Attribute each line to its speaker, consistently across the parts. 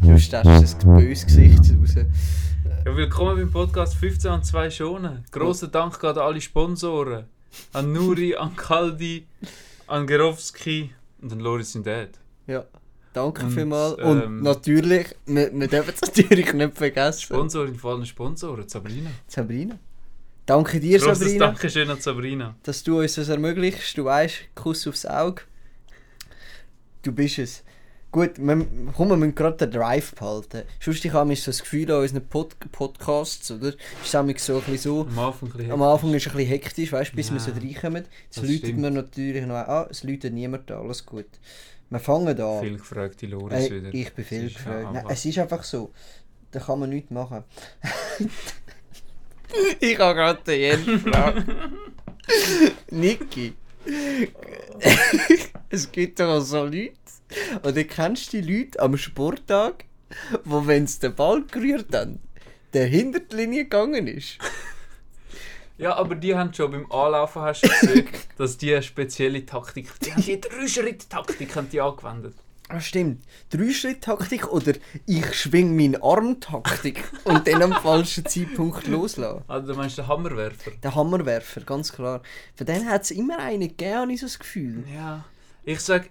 Speaker 1: Du stärkst das bei uns Gesicht raus.
Speaker 2: Ja, willkommen beim Podcast 15 und 2 Schonen. Grossen Dank geht an alle Sponsoren. An Nuri, an Kaldi, an Gerowski und an Loris sind Dad.
Speaker 1: Ja, danke
Speaker 2: Und,
Speaker 1: vielmals.
Speaker 2: ähm,
Speaker 1: Und natürlich, wir, wir dürfen es natürlich nicht vergessen.
Speaker 2: Sponsorin vor allem Sponsoren, Sabrina.
Speaker 1: Sabrina. Danke dir,
Speaker 2: Grosses
Speaker 1: Sabrina,
Speaker 2: Dankeschön an Sabrina.
Speaker 1: dass du uns das ermöglichst. Du weißt, Kuss aufs Auge. Du bist es. Gut, wir, komm, wir müssen gerade den Drive behalten. Sonst ich habe ich so das Gefühl an unseren Pod Podcasts, oder? Ist es so ein bisschen so.
Speaker 2: Am Anfang ein bisschen.
Speaker 1: Am Anfang ist es ein bisschen hektisch, weißt, bis wir
Speaker 2: Ja,
Speaker 1: so reinkommen. Jetzt
Speaker 2: das
Speaker 1: läutet
Speaker 2: stimmt.
Speaker 1: man natürlich noch an, es läutet niemand an, alles gut. Wir fangen an.
Speaker 2: Viel gefragt, die Loris
Speaker 1: Ey,
Speaker 2: wieder.
Speaker 1: Äh, ich bin
Speaker 2: Es
Speaker 1: viel
Speaker 2: ist ja
Speaker 1: gefragt. Nein,
Speaker 2: einfach-
Speaker 1: es ist einfach so. Da kann man nichts machen. ich habe gerade den Jens gefragt. Niki. es gibt doch so Leute. Oder kennst du die Leute am Sporttag, wo wenn sie den Ball gerührt haben, der hinter die Linie gegangen ist?
Speaker 2: Ja, aber die haben schon beim Anlaufen hast du gesehen, dass die eine spezielle Taktik, die haben die Drei-Schritt-Taktik haben die angewendet.
Speaker 1: Ah, stimmt. Drei-Schritt-Taktik oder ich schwing meinen Arm-Taktik und dann am falschen Zeitpunkt loslassen.
Speaker 2: Also du meinst den Hammerwerfer?
Speaker 1: Der Hammerwerfer, ganz klar. Von denen hat es immer einen gegeben, habe ich so das Gefühl.
Speaker 2: Ja. Ich sag,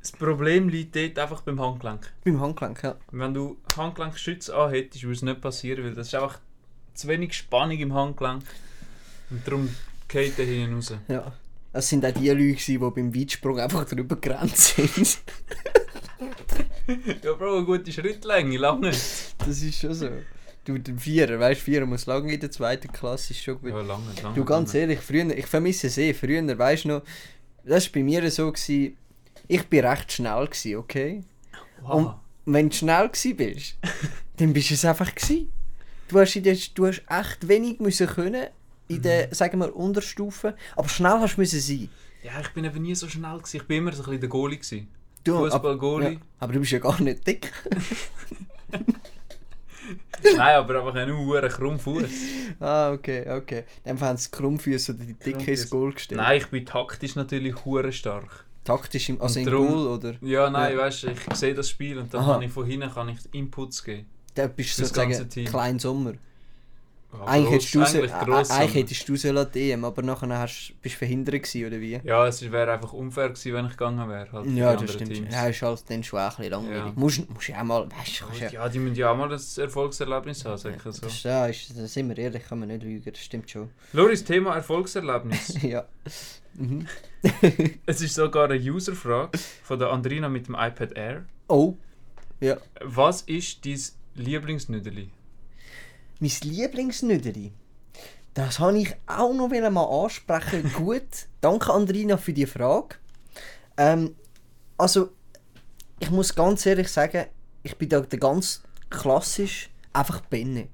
Speaker 2: das Problem liegt dort einfach beim Handgelenk.
Speaker 1: Beim Handgelenk, ja.
Speaker 2: Wenn du Handgelenkschütze anhättest, würde es nicht passieren, weil das ist einfach zu wenig Spannung im Handgelenk. Und darum geht der hinten raus.
Speaker 1: ja. Es sind auch die Leute, gewesen, die beim Weitsprung einfach drüber gerannt sind.
Speaker 2: Ja, Bro, eine gute Schrittlänge, lange.
Speaker 1: Das ist schon so. Du, der Vierer, weißt du, Vierer muss lange in der zweiten Klasse, ist schon gut.
Speaker 2: Ja, lange, lange.
Speaker 1: Du ganz
Speaker 2: lange.
Speaker 1: ehrlich, früher, ich vermisse es eh. Früher, weißt du noch, das war bei mir so, gewesen, ich war recht schnell, gewesen, okay?
Speaker 2: Wow.
Speaker 1: Und wenn du schnell gsi bist, dann bist du es einfach gsi. Du hast, in der, du hast echt wenig müssen können in der,
Speaker 2: Mhm.
Speaker 1: sagen wir, Unterstufe, aber schnell hast du müssen sein.
Speaker 2: Ja, ich bin eben nie so schnell. Gewesen. Ich bin immer so ein bisschen der Goalie. Gewesen.
Speaker 1: Du,
Speaker 2: Fußballgoalie.
Speaker 1: Ja, aber du bist ja gar nicht dick.
Speaker 2: Nein, aber einfach einen Uhr, krumm Fuß.
Speaker 1: ah, okay, okay. Dann haben sie Krummfüße oder die Dicke ins
Speaker 2: Krummfüße.
Speaker 1: Goal gestellt.
Speaker 2: Nein, ich bin taktisch natürlich hure stark.
Speaker 1: Taktisch, im, also
Speaker 2: Und
Speaker 1: im
Speaker 2: drum-
Speaker 1: Goal, oder?
Speaker 2: Ja, nein,
Speaker 1: Ja.
Speaker 2: weißt du, ich sehe das Spiel und dann
Speaker 1: Aha.
Speaker 2: kann ich von hinten kann ich Inputs geben.
Speaker 1: Da bist du
Speaker 2: Fürs ganze
Speaker 1: sozusagen
Speaker 2: Team.
Speaker 1: klein Sommer.
Speaker 2: Ja, gross-
Speaker 1: eigentlich, hättest du raus,
Speaker 2: eigentlich gross,
Speaker 1: äh, eigentlich
Speaker 2: aber-
Speaker 1: hättest du raus lassen, DM, aber nachher hast, bist du verhindert gewesen, oder wie?
Speaker 2: Ja, es wäre einfach unfair gewesen, wenn ich gegangen wäre. Halt für die
Speaker 1: Ja,
Speaker 2: anderen
Speaker 1: das stimmt.
Speaker 2: Teams.
Speaker 1: Ja, ist halt dann schon auch ein bisschen langweilig.
Speaker 2: Ja.
Speaker 1: Musst, musst ja auch mal, weißt du, kannst ja,
Speaker 2: Ja, die müssen ja auch mal ein Erfolgserlebnis haben, sag ich so.
Speaker 1: Das, ja, ist, da sind wir ehrlich, kann man nicht lügen, das stimmt schon.
Speaker 2: Loris, Thema Erfolgserlebnis.
Speaker 1: ja. Mhm.
Speaker 2: es ist sogar eine User-Frage von der Andrina mit dem iPad Air.
Speaker 1: Oh,
Speaker 2: Was ist dein Lieblingsnüdeli?
Speaker 1: mein Lieblingsnüderi. Das wollte ich auch noch wollen mal ansprechen. Gut, danke Andrina für die Frage. Ähm, also, ich muss ganz ehrlich sagen, ich bin da der ganz klassisch einfach Benne.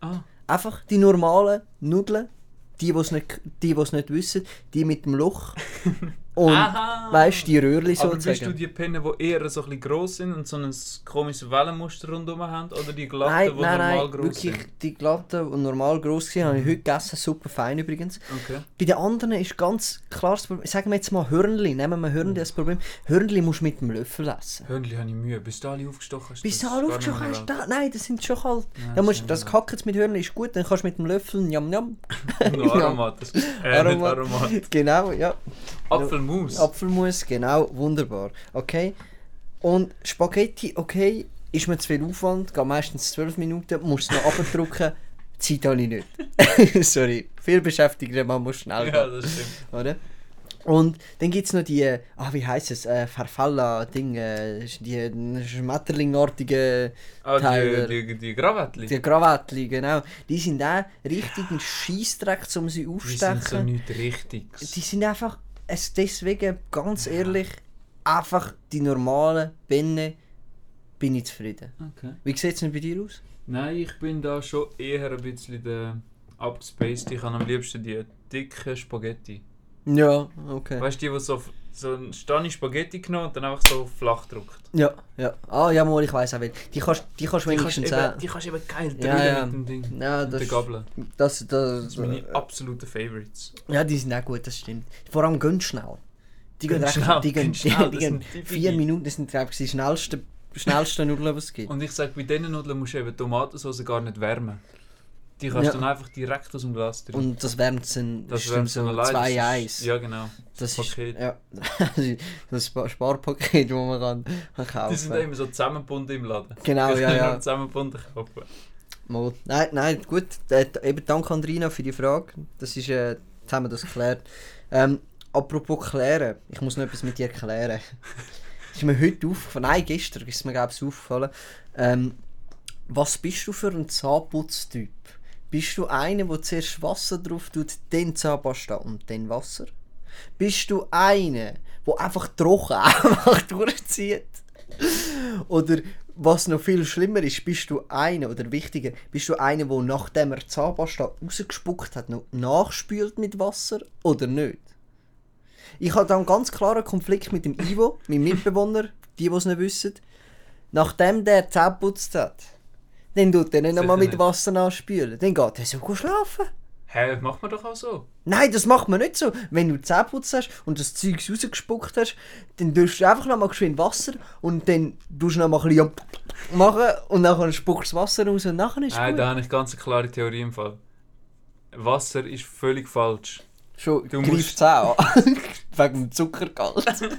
Speaker 2: Ah,
Speaker 1: Einfach die normalen Nudeln, die, die es nicht, die, die es nicht wissen, die mit dem Loch. Und,
Speaker 2: Aha.
Speaker 1: weißt du, die Röhrli
Speaker 2: aber bist du
Speaker 1: sozusagen.
Speaker 2: die Penne, die eher so ein bisschen gross sind und so ein komisches Wellenmuster rundherum haben? Oder die glatten,
Speaker 1: Nein,
Speaker 2: die
Speaker 1: nein,
Speaker 2: normal
Speaker 1: nein,
Speaker 2: gross
Speaker 1: wirklich
Speaker 2: sind?
Speaker 1: die glatte und normal gross waren, habe ich heute gegessen, super fein übrigens.
Speaker 2: Okay.
Speaker 1: Bei den anderen ist ganz klar das Problem, sagen wir jetzt mal Hörnli, nehmen wir
Speaker 2: Mhm.
Speaker 1: Hörnli als Problem, Hörnli musst du mit dem Löffel essen.
Speaker 2: Hörnli habe ich Mühe. Bis du alle aufgestochen hast.
Speaker 1: Bis du
Speaker 2: das
Speaker 1: alle
Speaker 2: ist gar
Speaker 1: aufgeschaut
Speaker 2: nicht
Speaker 1: hast,
Speaker 2: mehr
Speaker 1: da, nein, das sind schon kalt.
Speaker 2: Nein,
Speaker 1: dann
Speaker 2: das
Speaker 1: musst,
Speaker 2: ist
Speaker 1: das
Speaker 2: nicht
Speaker 1: Kackens mit Hörnli ist gut, dann kannst du mit dem Löffel, njam njam.
Speaker 2: wert. Nur
Speaker 1: Ja.
Speaker 2: Aromat. das- Äh, nicht
Speaker 1: Aromat.
Speaker 2: Aromat.
Speaker 1: Genau, ja.
Speaker 2: Apfelmus.
Speaker 1: Apfelmus, genau, wunderbar. Okay. Und Spaghetti, okay, ist mir zu viel Aufwand, geht meistens 12 Minuten, musst es noch abdrücken. Zeit habe ich nicht. Sorry, viel beschäftigter, man muss schnell
Speaker 2: ja,
Speaker 1: gehen,
Speaker 2: das stimmt.
Speaker 1: oder? Und dann gibt es noch die, äh, ah, wie heißt es, äh, Farfalla-Dinge, die schmetterlingartigen,
Speaker 2: Ah,
Speaker 1: Tyler.
Speaker 2: die, die, die Krawattli.
Speaker 1: die Krawattli, genau. Die sind auch richtig ein Scheissdreck, um sie
Speaker 2: die sind so
Speaker 1: aufzustechen.
Speaker 2: nichts Richtiges.
Speaker 1: Die sind einfach, es deswegen, ganz ehrlich, einfach die normalen Binnen bin ich zufrieden.
Speaker 2: Okay.
Speaker 1: Wie sieht es denn bei dir aus?
Speaker 2: Nein, ich bin da schon eher ein bisschen der abgespaced. Ich habe am liebsten die dicken Spaghetti.
Speaker 1: Ja, okay.
Speaker 2: Weißt du, die, die so, so einen Stani Spaghetti genommen und dann einfach so flach druckt.
Speaker 1: Ja, ja. Ah, ja, mal, ich weiß auch, wel- die kannst die kannst
Speaker 2: Die kannst,
Speaker 1: wenigstens
Speaker 2: eben,
Speaker 1: auch.
Speaker 2: die kannst eben geil
Speaker 1: Ja,
Speaker 2: drehen
Speaker 1: ja.
Speaker 2: mit dem Ding.
Speaker 1: Ja,
Speaker 2: mit
Speaker 1: das, Äh,
Speaker 2: der Gabel.
Speaker 1: das, das,
Speaker 2: Das sind meine absoluten Favorites.
Speaker 1: Ja, die sind auch gut, das stimmt. Vor allem gehen schnell. Die gehen
Speaker 2: Gehen
Speaker 1: recht
Speaker 2: schnell,
Speaker 1: die gehen,
Speaker 2: gehen schnell,
Speaker 1: die
Speaker 2: das
Speaker 1: gehen
Speaker 2: sind die
Speaker 1: vier
Speaker 2: Biggie.
Speaker 1: Minuten, das sind glaube ich die schnellsten schnellsten Nudeln, was es gibt.
Speaker 2: Und ich sage, bei diesen Nudeln musst du eben Tomatensauce gar nicht wärmen. Die kannst
Speaker 1: Ja.
Speaker 2: du dann einfach direkt aus dem Glas trinken.
Speaker 1: Und das wärmt sind
Speaker 2: Das
Speaker 1: das
Speaker 2: wären
Speaker 1: sind so
Speaker 2: so allein.
Speaker 1: zwei
Speaker 2: das
Speaker 1: Eis.
Speaker 2: ist- Ja, genau.
Speaker 1: das ist
Speaker 2: Paket.
Speaker 1: ja, das ist das Spar- Sparpaket, das man kann, kann kaufen.
Speaker 2: Die sind immer so zusammengebunden im Laden.
Speaker 1: Genau,
Speaker 2: Ich
Speaker 1: ja,
Speaker 2: kann
Speaker 1: ja.
Speaker 2: nur Zusammengebunden kaufen.
Speaker 1: Mal. Nein, nein, gut. Äh, eben danke Andrina für die Frage. Das ist, äh, jetzt haben wir das geklärt. Ähm, apropos klären, ich muss noch etwas mit dir klären. ist mir heute aufgefallen, nein, gestern ist mir glaube ich aufgefallen. Ähm, was bist du für ein Zahnputztyp? Bist du einer, der zuerst Wasser drauf tut, dann Zahnpasta und dann Wasser? Bist du einer, der einfach trocken einfach durchzieht? Oder was noch viel schlimmer ist, bist du einer, oder wichtiger, bist du einer, der nachdem er Zahnpasta rausgespuckt hat, noch nachspült mit Wasser oder nicht? Ich habe da einen ganz klaren Konflikt mit dem Ivo, meinem Mitbewohner, die, die es nicht wissen. Nachdem der Zähne geputzt hat, dann tut er nicht
Speaker 2: Sicher
Speaker 1: nochmal mit
Speaker 2: nicht.
Speaker 1: Wasser nachspülen. Dann geht er so gut schlafen.
Speaker 2: Hä, macht man doch auch so.
Speaker 1: Nein, das macht man nicht so. Wenn du Zähne putzt hast und das Zeug rausgespuckt hast, dann tust du einfach nochmal geschwind Wasser und dann tust du nochmal ein bisschen machen und dann spuckst du das Wasser raus und nachher ist
Speaker 2: Nein,
Speaker 1: gut.
Speaker 2: da habe ich ganz eine klare Theorie im Fall. Wasser ist völlig falsch.
Speaker 1: Schon
Speaker 2: Du
Speaker 1: greifst du auch an. Wegen dem Zuckergehalt.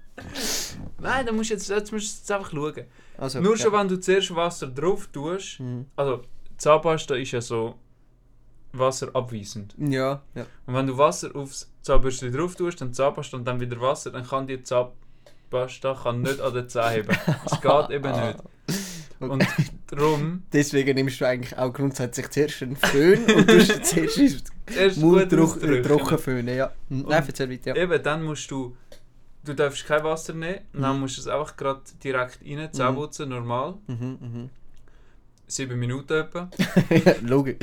Speaker 2: Nein, da musst du jetzt, jetzt musst du jetzt einfach schauen.
Speaker 1: Also,
Speaker 2: Nur
Speaker 1: ja. Mhm.
Speaker 2: schon, wenn du zuerst Wasser drauf tust, also Zahnpasta ist ja so wasserabweisend.
Speaker 1: Ja, ja.
Speaker 2: Und wenn du Wasser aufs Zahnbürstchen drauf tust, dann Zahnpasta und dann wieder Wasser, dann kann die Zahnpasta kann nicht an den Zahn heben. Es geht eben nicht. Und darum,
Speaker 1: Deswegen nimmst du eigentlich auch grundsätzlich zuerst einen Föhn und tust ihn zuerst ins
Speaker 2: erst
Speaker 1: Mund
Speaker 2: gut Mhm.
Speaker 1: trocken
Speaker 2: ausdrücken.
Speaker 1: trocken föhnen. Ja. Nein, erzähl weiter. Ja.
Speaker 2: Eben, dann musst du, du darfst kein Wasser nehmen, dann musst du es einfach gerade direkt rein, Zahnputzen, normal,
Speaker 1: Mhm,
Speaker 2: sieben Minuten etwa.
Speaker 1: mhm. ja, logisch.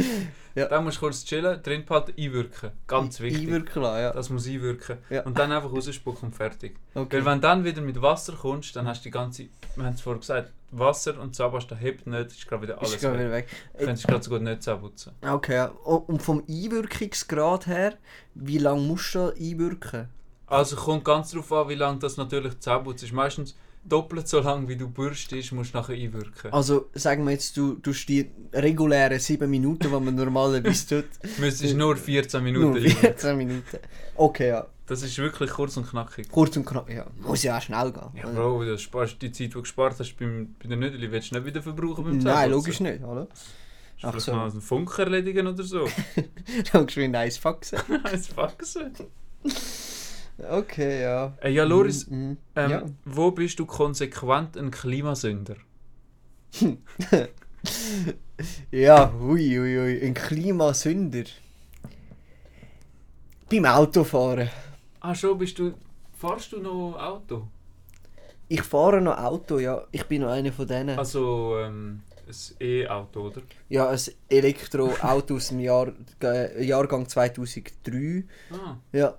Speaker 2: Dann musst du kurz chillen, drin behalten, einwirken. Ganz wichtig.
Speaker 1: Überklar, ja.
Speaker 2: Das muss einwirken.
Speaker 1: Ja. Mhm.
Speaker 2: Und dann einfach rausspucken und fertig.
Speaker 1: Okay.
Speaker 2: Weil wenn du dann wieder mit Wasser kommst, dann hast du die ganze, wir haben es vorher gesagt, Wasser und Zahnpasta hebt nicht, ist gerade wieder
Speaker 1: Ist
Speaker 2: alles
Speaker 1: gerade
Speaker 2: weg.
Speaker 1: wieder weg.
Speaker 2: Du könntest gerade so gut nicht zusammenputzen.
Speaker 1: Ah, Okay, ja. O- und vom Einwirkungsgrad her, wie lange musst du einwirken?
Speaker 2: Also kommt ganz darauf an, wie lange das natürlich zusammenputzt ist. Meistens doppelt so lang, wie du bürstest, musst du nachher einwirken.
Speaker 1: Also sagen wir jetzt, du tust die regulären 7 Minuten, die man normalerweise tut,
Speaker 2: Müsstest nur 14 Minuten
Speaker 1: nur
Speaker 2: einwirken.
Speaker 1: 14 Minuten. Okay, ja.
Speaker 2: Das ist wirklich kurz und knackig.
Speaker 1: Kurz und knapp. Ja, muss ja auch schnell gehen.
Speaker 2: Ja,
Speaker 1: oder?
Speaker 2: Bro, du sparst die Zeit, die du gespart hast beim, bei der Nüdeli, willst du nicht wieder verbrauchen beim
Speaker 1: Nein, logisch nicht, oder?
Speaker 2: Kannst du
Speaker 1: Ach
Speaker 2: Vielleicht
Speaker 1: so.
Speaker 2: mal einen Funker erledigen oder so.
Speaker 1: Dann geschwind eins faxen.
Speaker 2: Als Faxen.
Speaker 1: Okay, ja.
Speaker 2: Äh, ja, Loris,
Speaker 1: Mhm.
Speaker 2: ähm,
Speaker 1: Ja.
Speaker 2: wo bist du konsequent ein Klimasünder?
Speaker 1: Ja, hui, hui, hui. Ein Klimasünder. Beim Autofahren.
Speaker 2: Ah, schon, bist du. Fahrst du noch Auto?
Speaker 1: Ich fahre noch Auto, ja. Ich bin noch einer von denen.
Speaker 2: Also, ähm, ein E-Auto, oder?
Speaker 1: Ja, ein Elektroauto aus dem Jahr, äh, Jahrgang 2003.
Speaker 2: Ah,
Speaker 1: Ja.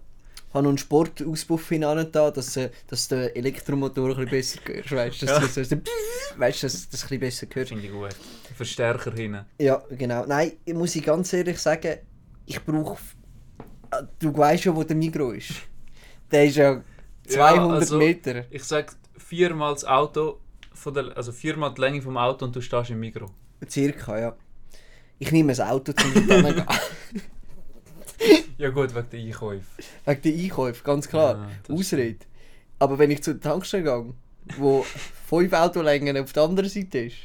Speaker 1: Ich habe noch einen Sportauspuff hinein, da, dass, äh, dass der Elektromotor ein bisschen besser hörst. Weißt du, dass,
Speaker 2: Ja.
Speaker 1: dass, dass, weißt, du, dass, dass du ein bisschen besser hörst.
Speaker 2: finde ich gut. Verstärker hinten.
Speaker 1: Ja, genau. Nein, ich muss ich ganz ehrlich sagen, ich brauche. Du weißt schon, wo der Migro ist. Der ist ja 200
Speaker 2: also-
Speaker 1: Meter.
Speaker 2: Ich sag viermal das Auto, von der, also viermal die Länge vom Auto und du stehst im Mikro.
Speaker 1: Circa, ja. Ich nehme ein Auto zum Hintergehen.
Speaker 2: Ja, gut, wegen der Einkäufe.
Speaker 1: Wegen den Einkäufen, ganz klar.
Speaker 2: Ah, das
Speaker 1: Ausrede. Aber wenn ich zu der Tankstelle gehe, wo fünf Autolängen auf der anderen Seite ist,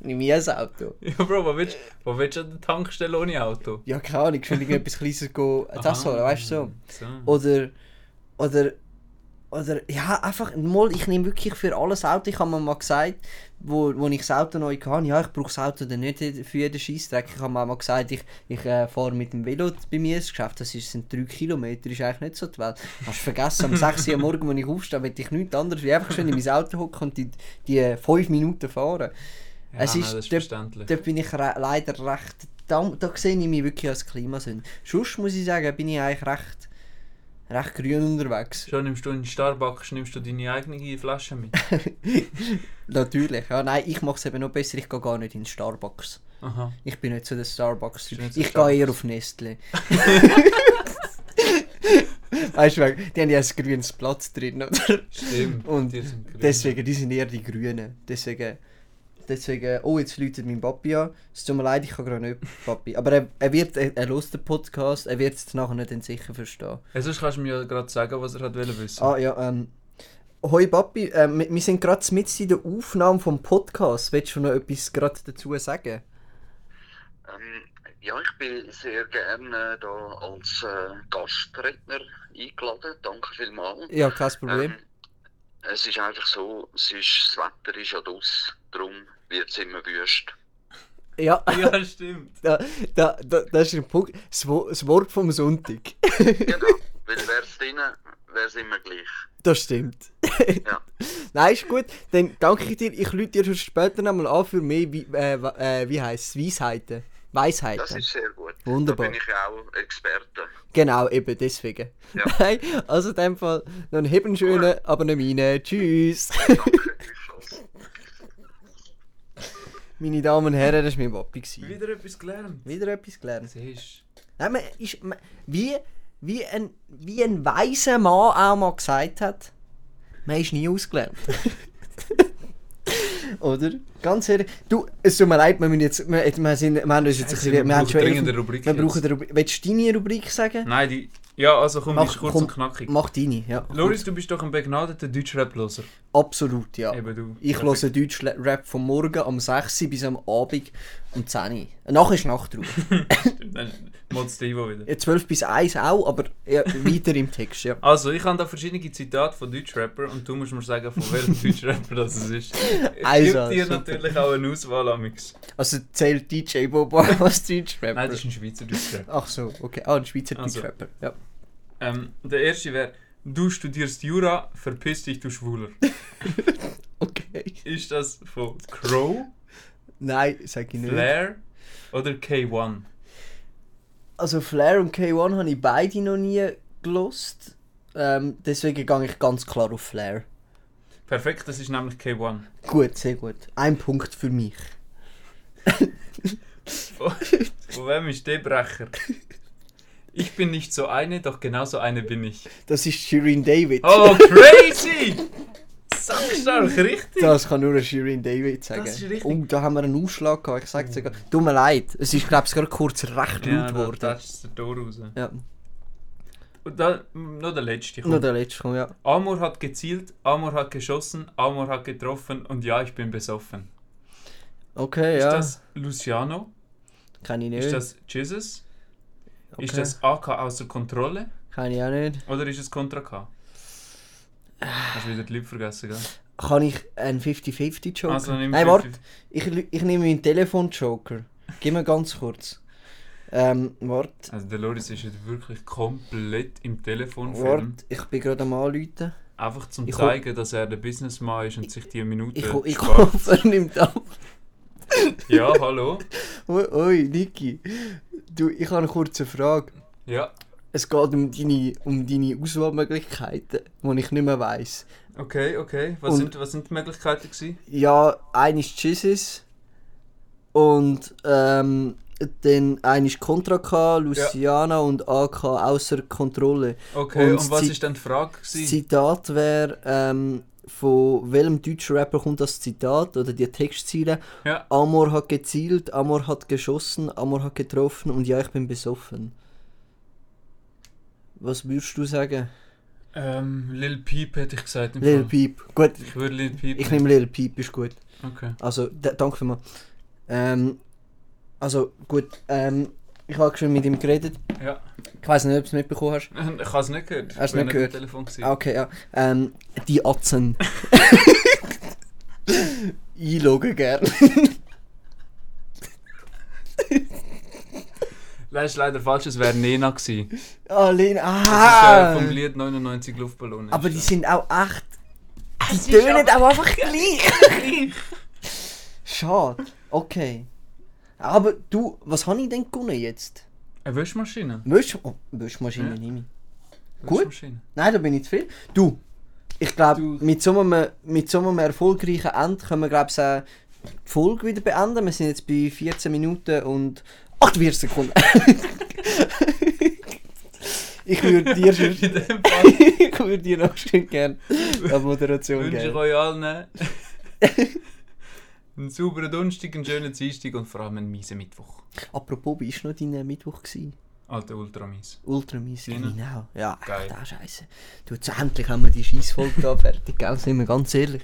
Speaker 1: nehme ich ein Auto.
Speaker 2: Ja, Bro, wo willst, wo willst du an der Tankstelle ohne Auto?
Speaker 1: Ja, keine Ahnung, ich will irgendetwas Kleines go- das holen, weißt du
Speaker 2: Mhm. so.
Speaker 1: so. Oh, Oder, oder, oder, ja, einfach, mal, ich nehme wirklich für alles Auto. Ich habe mir mal gesagt, wo, wo ich das Auto neu hatte, ja, ich brauche das Auto dann nicht für jeden Scheissdreck. Ich habe mir auch mal gesagt, ich, ich äh, fahre mit dem Velo bei mir ins Geschäft. Das ist- sind 3 Kilometer, ist eigentlich nicht so die Welt. Hast du vergessen, am 6 Uhr am Morgen, wenn ich aufstehe, will ich nichts anderes, wie einfach schön in mein Auto hocken und die, die äh, 5 Minuten fahren.
Speaker 2: Ja,
Speaker 1: es
Speaker 2: nein,
Speaker 1: ist
Speaker 2: das ist
Speaker 1: der-
Speaker 2: verständlich.
Speaker 1: Dort bin ich re leider recht. Da, da sehe ich mich wirklich als Klimasünder. Sonst muss ich sagen, bin ich eigentlich recht, recht grün unterwegs.
Speaker 2: Schon nimmst du in Starbucks nimmst du deine eigene Flasche mit.
Speaker 1: Natürlich. Ja, nein, ich mache es eben noch besser. Ich gehe gar nicht in Starbucks.
Speaker 2: Aha.
Speaker 1: Ich bin nicht so der Starbucks-Typ.
Speaker 2: Bist du nicht so
Speaker 1: Ich gehe eher auf Nestle. Weißt du, wegen- die haben ja ein grünes Blatt drin, oder?
Speaker 2: Stimmt.
Speaker 1: Und
Speaker 2: die sind grün.
Speaker 1: Deswegen, die sind eher die Grünen. Deswegen, deswegen oh, jetzt läutet mein Papi an. Es tut mir leid, ich kann gerade nicht, Papi. Aber er, er wird, er, er hört den Podcast, er wird es nachher dann sicher verstehen.
Speaker 2: Ja, sonst kannst du mir ja gerade sagen, was er hat wollen wissen.
Speaker 1: Ah ja, ähm. Hoi Papi, ähm, wir- wir sind gerade mit in der Aufnahme vom Podcast. Willst du noch etwas gerade dazu sagen?
Speaker 3: Ähm, ja, ich bin sehr gerne äh, da als äh, Gastredner eingeladen. Danke vielmals.
Speaker 1: Ja, kein Problem.
Speaker 3: Ähm, es ist einfach so, es ist, das Wetter ist ja draus, darum wird es immer wüst.
Speaker 1: Ja,
Speaker 2: Ja, stimmt.
Speaker 1: da, da, da, das ist ein Punkt. Das, Wo- das Wort vom Sonntag.
Speaker 3: Genau, weil wäre es drinnen, wäre es immer gleich.
Speaker 1: Das stimmt.
Speaker 3: Ja.
Speaker 1: Nein, ist gut. Dann danke ich dir. Ich lüte dir schon später nochmal an für mehr, wie, äh, wa- äh, wie heisst es? Weisheiten. Weisheiten.
Speaker 3: Das ist sehr gut.
Speaker 1: Wunderbar.
Speaker 3: Da bin ich ja auch Experte.
Speaker 1: Genau, eben deswegen.
Speaker 3: Ja.
Speaker 1: Nein, also in dem Fall noch einen heben schönen, aber nicht meinen. Tschüss.
Speaker 3: Danke, gleichfalls.
Speaker 1: Meine Damen und Herren, das war mein Papi. gewesen.
Speaker 2: Wieder etwas gelernt.
Speaker 1: Wieder etwas gelernt.
Speaker 2: Siehst
Speaker 1: Nein, man ist, man, wie, wie, ein, wie ein weiser Mann auch mal gesagt hat, man ist nie ausgelernt. Oder? Ganz ehrlich. Du, es tut mir leid, wir, müssen jetzt, wir, jetzt- wir, sind, wir haben uns jetzt
Speaker 2: Scheisse,
Speaker 1: ein bisschen...
Speaker 2: wir
Speaker 1: haben
Speaker 2: brauchen
Speaker 1: schon-
Speaker 2: dringend eine Rubrik
Speaker 1: Wir
Speaker 2: jetzt.
Speaker 1: brauchen eine Rubrik. Willst du deine Rubrik
Speaker 2: du?
Speaker 1: sagen?
Speaker 2: Nein, die. Ja, also komm, die ist kurz
Speaker 1: komm,
Speaker 2: und knackig.
Speaker 1: Mach deine, ja.
Speaker 2: Loris, du bist doch ein begnadeter Deutschrap-Loser.
Speaker 1: Absolut, ja.
Speaker 2: Eben du.
Speaker 1: Ah, Ich höre Deutsch-Rap vom Morgen am 6 Uhr bis am Abend um 10 Uhr. Nachher ist Nacht drauf.
Speaker 2: Mods Divo wieder.
Speaker 1: Ja, 12 bis 1 auch, aber ja, weiter im Text, ja.
Speaker 2: Also, ich habe da verschiedene Zitate von Deutschrapper und du musst mir sagen, von welchem Deutschrapper das es ist. Ich
Speaker 1: Also,
Speaker 2: gebe dir
Speaker 1: super.
Speaker 2: natürlich auch eine Auswahl, Amix.
Speaker 1: Also zählt DJ Bobo als Deutschrapper?
Speaker 2: Nein, das ist ein Schweizer Deutschrapper.
Speaker 1: Ach so, okay. Ah, ein Schweizer
Speaker 2: Also.
Speaker 1: Deutschrapper. Ja.
Speaker 2: Ähm, der erste wäre, du studierst Jura, verpiss dich, du Schwuler.
Speaker 1: Okay.
Speaker 2: Ist das von Crow,
Speaker 1: Nein, sag ich nicht.
Speaker 2: Flair oder K1?
Speaker 1: Also Flair und K1 habe ich beide noch nie gelost. Ähm, deswegen gehe ich ganz klar auf Flair.
Speaker 2: Perfekt, das ist nämlich K1.
Speaker 1: Gut, sehr gut. Ein Punkt für mich.
Speaker 2: Von, von wem ist der Brecher? Ich bin nicht so eine, doch genauso eine bin ich.
Speaker 1: Das ist Shirin David.
Speaker 2: Oh, crazy! Sackstark, richtig?
Speaker 1: Das kann nur ein Shirin David sagen.
Speaker 2: Das ist richtig. Oh.
Speaker 1: Oh, da haben wir einen Ausschlag gehabt. Ich sag's sogar. Tut mir leid. Es ist, glaube ich, gerade kurz recht
Speaker 2: Ja, da
Speaker 1: laut geworden.
Speaker 2: tätschst du den Tor raus.
Speaker 1: Ja,
Speaker 2: Und dann mm, noch der letzte.
Speaker 1: nur
Speaker 2: Kommt.
Speaker 1: der letzte kommt, ja.
Speaker 2: Amor hat gezielt, Amor hat geschossen, Amor hat getroffen und ja, ich bin besoffen.
Speaker 1: Okay,
Speaker 2: Ist
Speaker 1: ja.
Speaker 2: das Luciano?
Speaker 1: Kann ich nicht.
Speaker 2: Ist das Jesus?
Speaker 1: okay.
Speaker 2: Ist das AK außer Kontrolle?
Speaker 1: Kann ich auch nicht.
Speaker 2: Oder ist es Contra K? Hast wieder die Leute vergessen, gell?
Speaker 1: Kann ich einen 50-50-Joker?
Speaker 2: Also nimm
Speaker 1: Nein,
Speaker 2: 50.
Speaker 1: warte. Ich, lü- ich nehme meinen Telefon-Joker. Gib mir ganz kurz. Ähm, warte.
Speaker 2: Also der Loris ist jetzt wirklich komplett im Telefonfilm.
Speaker 1: Warte, ich bin gerade am Anrufen.
Speaker 2: Einfach zum
Speaker 1: Ich ho-
Speaker 2: zeigen, dass er der Businessman ist und sich die Minute
Speaker 1: Ich, ho- ich
Speaker 2: spart.
Speaker 1: hoffe, er nimmt ab.
Speaker 2: Ja, hallo?
Speaker 1: Ui, ui, Niki. Du, ich habe eine kurze Frage.
Speaker 2: Ja,
Speaker 1: Es geht um deine, um deine Auswahlmöglichkeiten, die ich nicht mehr weiss.
Speaker 2: okay, okay. Was,
Speaker 1: Und-
Speaker 2: sind, was sind die Möglichkeiten gewesen?
Speaker 1: Ja, eine ist Jesus. Und ähm, dann eine ist Contra K, Luciana und AK außer Kontrolle.
Speaker 2: Okay, und,
Speaker 1: Und
Speaker 2: was
Speaker 1: sie-
Speaker 2: ist dann die Frage
Speaker 1: Das
Speaker 2: gewesen?
Speaker 1: Zitat wäre, ähm, von welchem deutschen Rapper kommt das Zitat oder die Textzeile?
Speaker 2: Ja,
Speaker 1: Amor hat gezielt, Amor hat geschossen, Amor hat getroffen und ja, ich bin besoffen. Was würdest du sagen?
Speaker 2: ähm, Lil Peep hätte ich gesagt. Im
Speaker 1: Lil
Speaker 2: Fall.
Speaker 1: Peep. Gut,
Speaker 2: Ich würde Lil Peep.
Speaker 1: ich nehme Lil Peep, ist gut.
Speaker 2: Okay.
Speaker 1: Also, d- danke vielmals. Ähm, also, gut, ähm, ich habe schon mit ihm geredet.
Speaker 2: Ja.
Speaker 1: Ich weiß nicht, ob du es mitbekommen hast.
Speaker 2: Ich habe es nicht gehört.
Speaker 1: Hast du
Speaker 2: Ich
Speaker 1: nicht
Speaker 2: bin
Speaker 1: gehört?
Speaker 2: Am Telefon gewesen.
Speaker 1: Ah, Okay, ja. Ähm, die Atzen. Einloggen gerne.
Speaker 2: Das ist leider falsch, es wäre Nena gewesen. Das
Speaker 1: Ah, Lena.
Speaker 2: ist, äh,
Speaker 1: Ah!
Speaker 2: vom Lied 99 Luftballone.
Speaker 1: Aber Ah, die
Speaker 2: ist
Speaker 1: sind auch echt. Die tönen auch einfach gleich. Schade. Okay. Aber du, Ah, was habe ich denn gewonnen jetzt?
Speaker 2: das. Eine Wäschmaschine.
Speaker 1: Wisch, oh, Wischmaschine
Speaker 2: Ja.
Speaker 1: nehme ich. Gut.
Speaker 2: Wäschmaschine.
Speaker 1: Nein, da bin ich zu viel. Du, ich glaube,
Speaker 2: Du.
Speaker 1: mit, so einem- mit so einem erfolgreichen Ende können wir, glaube ich, auch die Folge wieder beenden. Wir sind jetzt bei 14 Minuten und 48 Sekunden. Ich würde dir schon...
Speaker 2: In dem Fall
Speaker 1: ich würde dir noch schön gerne eine Moderation
Speaker 2: wünsche ich
Speaker 1: geben.
Speaker 2: euch allen einen sauberen Donnerstag, einen schönen Dienstag und vor allem einen miesen Mittwoch.
Speaker 1: Apropos, wie war noch dein Mittwoch? Gewesen?
Speaker 2: Alter, ultra mies.
Speaker 1: Ultramies,
Speaker 2: Genau.
Speaker 1: genau. Ja,
Speaker 2: Geil.
Speaker 1: echt, ah, scheiße. Du, jetzt endlich haben wir die Scheißfolge da fertig, gell? Sind wir ganz ehrlich.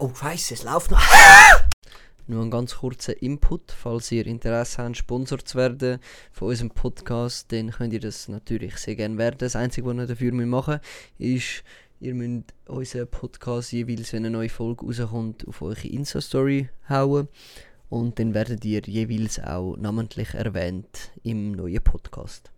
Speaker 1: Oh, scheiße, es läuft noch. Nur ein ganz kurzer Input, falls ihr Interesse habt, Sponsor zu werden von unserem Podcast, dann könnt ihr das natürlich sehr gerne werden. Das Einzige, was ihr dafür machen müsst, ist, ihr müsst unseren Podcast jeweils, wenn eine neue Folge rauskommt, auf eure Insta-Story hauen. Und dann werdet ihr jeweils auch namentlich erwähnt im neuen Podcast.